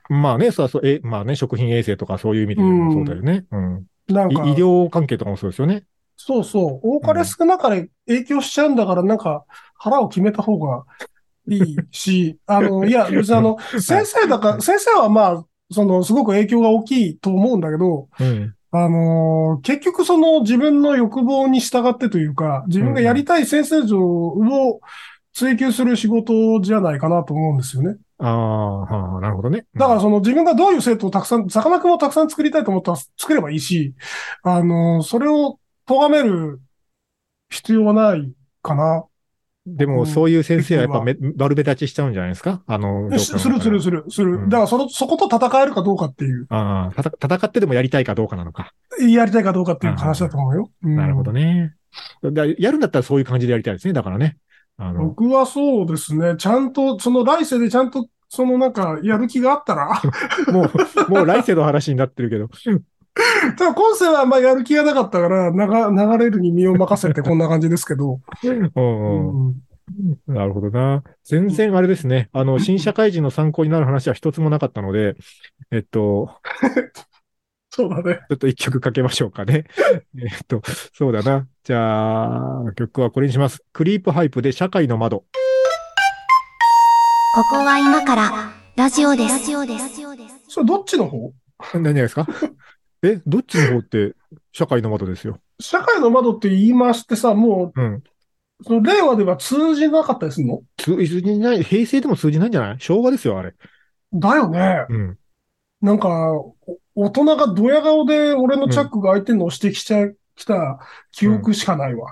Speaker 2: まあね、そうそう、え、まあね、食品衛生とかそういう意味でもそうだよね。うん。
Speaker 3: なん
Speaker 2: い
Speaker 3: か、
Speaker 2: 医療関係とかもそうですよね。
Speaker 3: そうそう、多かれ少なかれ影響しちゃうんだから、なんか腹を決めた方がいい *laughs* し、あの、いや、別にあの、先生だから、先生はまあ、その、すごく影響が大きいと思うんだけど、
Speaker 2: うん。
Speaker 3: あのー結局その自分の欲望に従ってというか、自分がやりたい先生像を追求する仕事じゃないかなと思うんですよね。
Speaker 2: ああ、はあ、なるほどね。
Speaker 3: だからその自分がどういう生徒をたくさん、魚くんをたくさん作りたいと思ったら作ればいいし、あのーそれを咎める必要はないかな。
Speaker 2: で
Speaker 3: う
Speaker 2: も、
Speaker 3: ん
Speaker 2: そういう先生はやっぱめ
Speaker 3: で
Speaker 2: 悪目立ちしちゃうんじゃないですかあの、
Speaker 3: すするするす
Speaker 2: る。
Speaker 3: る、する。
Speaker 2: うん
Speaker 3: だからその、そこと戦えるかどうかっていう、
Speaker 2: ああ、たた戦ってでもやりたいかどうかなのか。
Speaker 3: やりたいかどうかっていう話だと思うよ。うん
Speaker 2: なるほどね。だやるんだったらそういう感じでやりたいですね。だからね。あの、
Speaker 3: 僕はそうですね。ちゃんと、その来世でちゃんと、そのなんか、やる気があっ
Speaker 2: *laughs*
Speaker 3: たら、
Speaker 2: もう、もう来世の話になってる *laughs* けど。
Speaker 3: ただ今世はあんまやる気がなかったから、なが流れるに身を任せてこんな感じですけど。
Speaker 2: *laughs* うんうん。なるほどな。全然あれですね。 *laughs* あの、新社会人の参考になる話は一つもなかったので、えっと、
Speaker 3: そうだね。
Speaker 2: ちょっと一曲かけましょうか *laughs* ね。えっと、そうだな。じゃあ、曲はこれにします。クリープハイプで社会の窓。
Speaker 1: ここは今からラジオです。ラジオです。
Speaker 3: それどっちの方
Speaker 2: 何が *laughs* ですかえ、どっちの方って社会の窓ですよ。
Speaker 3: 社会の窓って言い回しってさ、も
Speaker 2: うん。
Speaker 3: う、その令和では通じなかったりするの
Speaker 2: 通じない、平成でも通じないんじゃない昭和ですよ、あれ。
Speaker 3: だよね。
Speaker 2: うん。
Speaker 3: なんか、お大人がドヤ顔で俺のチャックが開いてるのを指摘してきた記憶しかないわ。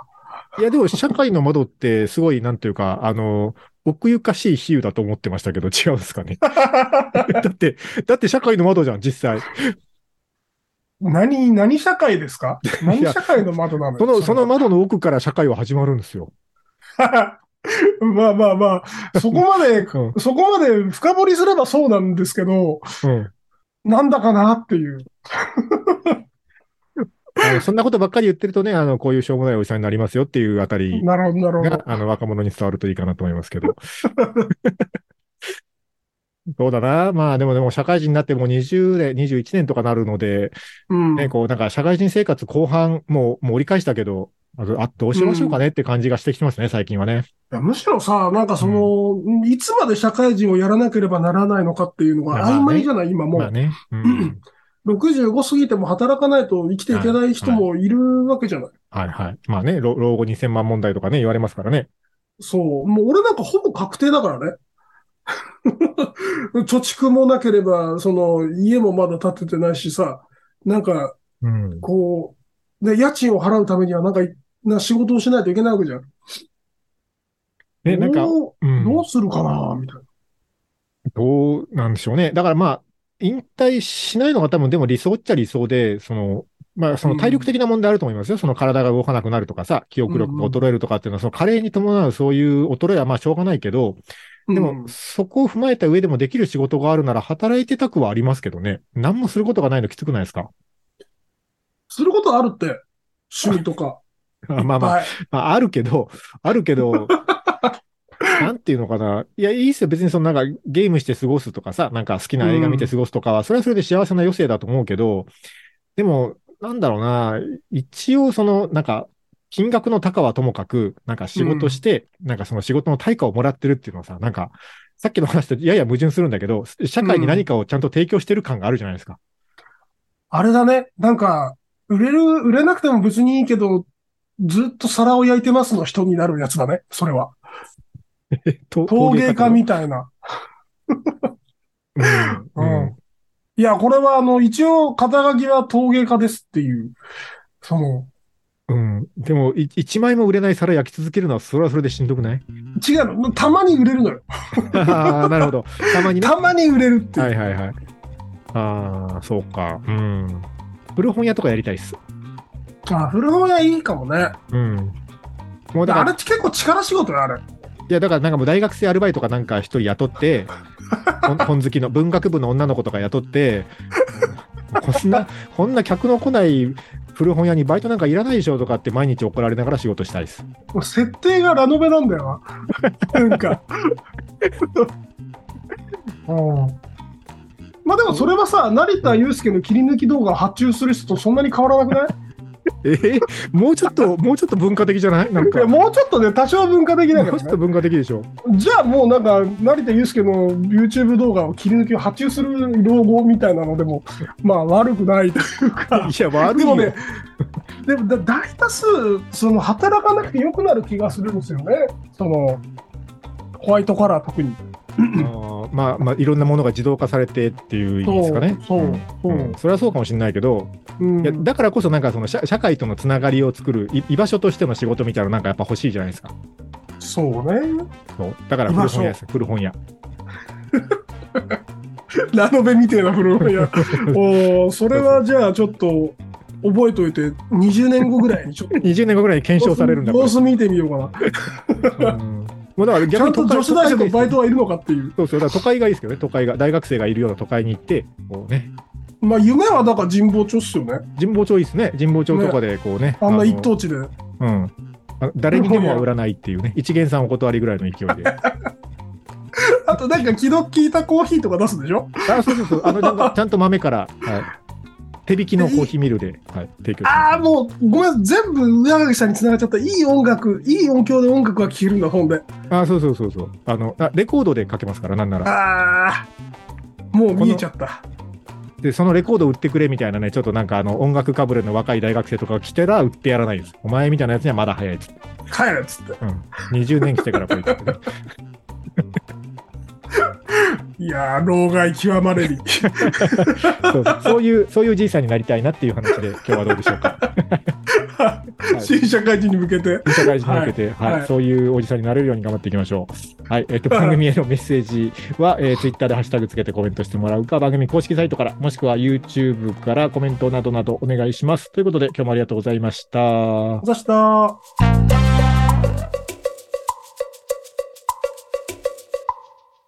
Speaker 2: いや、でも社会の窓ってすごい、なんていうか、あの、奥ゆかしい比喩だと思ってましたけど、違うんですか *laughs* ね。だって、だって社会の窓じゃん、実際。
Speaker 3: 何、何社会で
Speaker 2: *laughs*
Speaker 3: すか何社会の窓なのよ
Speaker 2: その、その
Speaker 3: れ *laughs*
Speaker 2: 窓の奥から社会は始まるんですよ。
Speaker 3: はまあまあまあ、そこまで、
Speaker 2: うん。
Speaker 3: そこまで深掘りすればそうなんですけど、
Speaker 2: うん。
Speaker 3: なんだかなっていう。
Speaker 2: あのそんなことばっかり言ってるとね、あの、こういうしょうもないおじさんになりますよっていうあたり
Speaker 3: なるほど、なるほ
Speaker 2: が
Speaker 3: ど、。
Speaker 2: あの、若者に伝わるといいかなと思いますけ *laughs* ど。そうだな。まあでもでも社会人になってもう20年、21年とかなるので、
Speaker 3: うん。
Speaker 2: ね、こうなんか社会人生活後半、もう、もう折り返したけど、あのあ、どうしましょうかねって感じがしてきてますね、最近はね。
Speaker 3: いやむしろさ、なんかその、いつまで社会人をやらなければならないのかっていうのが
Speaker 2: まあ
Speaker 3: 曖
Speaker 2: ね
Speaker 3: 昧じゃない、今もう、
Speaker 2: まあね。うん。
Speaker 3: *clears throat* 65過ぎても働かないと生きていけない人もいるわけじゃない。
Speaker 2: はいはい。まあね、老老後2000万問題とかね、言われますからね。
Speaker 3: そう。もう俺なんかほぼ確定だからね。 *laughs* 貯蓄もなければ、その、家もまだ建ててないしさ、なんか、
Speaker 2: うん。
Speaker 3: こう、で、家賃を払うためには、なんか、な仕事をしないといけないわけじゃん。
Speaker 2: ね、なんか、
Speaker 3: ど
Speaker 2: う。
Speaker 3: うんどうするかな、みたいな。
Speaker 2: どうなんでしょうね。だからまあ、引退しないのが多分でも理想っちゃ理想で、その、まあその体力的な問題あると思いますよ。その体が動かなくなるとかさ、記憶力が衰えるとかっていうのは、その加齢に伴うそういう衰えはまあしょうがないけど、で
Speaker 3: う
Speaker 2: も
Speaker 3: ん
Speaker 2: そこを踏まえた上でもできる仕事があるなら働いてたくはありますけどね。何もすることがないのきつくないですか *laughs*
Speaker 3: することあるって、趣味とか。
Speaker 2: まあまあ、
Speaker 3: はい。
Speaker 2: まああるけ
Speaker 3: *laughs*
Speaker 2: ど、あるけど、なんていうのかな。いや、いいっすよ。別にそのなんかゲームして過ごすとかさ、なんか好きな映画見て過ごすとかは、それはそれで幸せな余生だと思うけど、でも、なんだろうな。一応その、なんか、金額の高はともかく、なんか仕事して、なんかその仕事の対価をもらってるっていうのはさ、なんか、さっきの話とやや矛盾するんだけど、社会に何かをちゃんと提供してる感があるじゃないですか。
Speaker 3: あれだね。なんか、売れる、売れなくても別にいいけど、ずっと皿を焼いてますの人になるやつだね。それは。
Speaker 2: えと
Speaker 3: 陶芸家みたいな。
Speaker 2: うん。うん
Speaker 3: うんいや、これはあの、一応、肩書きは陶芸家ですっていう。その、
Speaker 2: うん。でも、い一枚も売れない皿焼き続けるのは、それはそれでしんどくない *laughs*
Speaker 3: 違うの。たまに売れるのよ。
Speaker 2: ああ、なるほど。たまにね。
Speaker 3: たまに売れるっていう。
Speaker 2: はいはいはい。ああ、そうか。うん。古本屋とかやりたいっす。
Speaker 3: あ、古本屋いいかもね。
Speaker 2: うん。もうだか
Speaker 3: あれ
Speaker 2: ら、
Speaker 3: って結構力仕事よ、あれ。
Speaker 2: いや、だからなんかもう大学生アルバイトかなんか一人雇って、本 *laughs* 本好きの文学部の女の子とか雇って、こんな、こんな客の来ない古本屋にバイトなんかいらないでしょとかって毎日怒られながら仕事したいっす。
Speaker 3: もう設定がラノベなんだよな。なん *laughs* か。うんまあでもそれはさ、成田悠輔の切り抜き動画を発注する人とそんなに変わらなくない
Speaker 2: えーもうちょっと、もうちょっと文化的じゃないなん
Speaker 3: い
Speaker 2: か。
Speaker 3: やもうちょっとね、多少文化的だけ
Speaker 2: も
Speaker 3: ど
Speaker 2: うちょっと
Speaker 3: *laughs* ね。
Speaker 2: 文化的でしょ。
Speaker 3: じゃあもうなんか、成田悠輔の YouTube 動画を切り抜きを発注する老後みたいなのでも、まあ悪くないというか。
Speaker 2: いや、悪い
Speaker 3: で
Speaker 2: よ。
Speaker 3: もね、でもだ大多数、その働かなくて良くなる気がするんですよね。その、ホワイトカラー特に。
Speaker 2: あーまあ、まあ、いろんなものが自動化されてっていう意味ですかね。
Speaker 3: そう
Speaker 2: うん
Speaker 3: そう
Speaker 2: うんそれはそうかもしれないけど、
Speaker 3: うん
Speaker 2: いやだからこそなんかその社社会とのつながりを作るい居場所としての仕事みたいなのなんかやっぱ欲しいじゃないですか。
Speaker 3: そうね。
Speaker 2: そうだから古本屋です。古本屋。
Speaker 3: ラノベみてえな古
Speaker 2: *laughs*
Speaker 3: 本屋。おーそれはじゃあちょっと覚えといて、20年後ぐらいにちょっ
Speaker 2: *laughs*
Speaker 3: と。
Speaker 2: 20年後ぐらいに検証されるんだ
Speaker 3: 様
Speaker 2: か
Speaker 3: 子見てみようかな。
Speaker 2: ら。うんもうだから
Speaker 3: ちゃ
Speaker 2: 逆
Speaker 3: ん
Speaker 2: に
Speaker 3: と
Speaker 2: 都
Speaker 3: 女
Speaker 2: 会
Speaker 3: 子大生のバイ
Speaker 2: 都会がいいです
Speaker 3: トはいるのかっていう。
Speaker 2: そうそう、だから都会がいいですけどね、都会が。大学生がいるような都会に行って、こうね、
Speaker 3: まあ夢はだから神保町っすよね。
Speaker 2: 神保町いいですね。神保町とかでこうね。
Speaker 3: あんな
Speaker 2: の
Speaker 3: 一等地で。
Speaker 2: うん。あ誰にでもは売らないっていうね、一元さんお断りぐらいの勢いで。
Speaker 3: あとなんか気の利いたコーヒーとか出すでしょ
Speaker 2: あ、そうそうそう、あの、なんかちゃんと豆から、はい、手引きのコーヒーミルで、はい、提供します
Speaker 3: ああ、もうごめん、全部上垣さんに繋がっちゃった。いい音楽、いい音響で音楽が聴けるんだ、本で。
Speaker 2: あ、そうそうそうそう、あの、あレコードでかけますから、なんなら。
Speaker 3: ああ、もう見えちゃった。
Speaker 2: で、そのレコード売ってくれみたいなね、ちょっとなんか、あの、音楽かぶれの若い大学生とかが来てら、売ってやらないです。お前みたいなやつにはまだ早いです。
Speaker 3: 帰るっつって。
Speaker 2: うん。20年来てからこう言ってね。
Speaker 3: いやー、老害極まれり。
Speaker 2: そうそうそういう、そういうじいさんになりたいなっていう話で、今日はどうでしょうか。はい
Speaker 3: 新社会人に向けて。
Speaker 2: 社会人に向けて、はい
Speaker 3: はい
Speaker 2: そういうおじさんになれるように頑張っていきましょう。はい、えっ、と、番組へのメッセージは、えー、ツイッターでハッシュタグつけてコメントしてもらうか、番組公式サイトから、もしくは YouTube からコメントなどなどお願いします。ということで、今日もありがとうございました。
Speaker 3: ざしたー。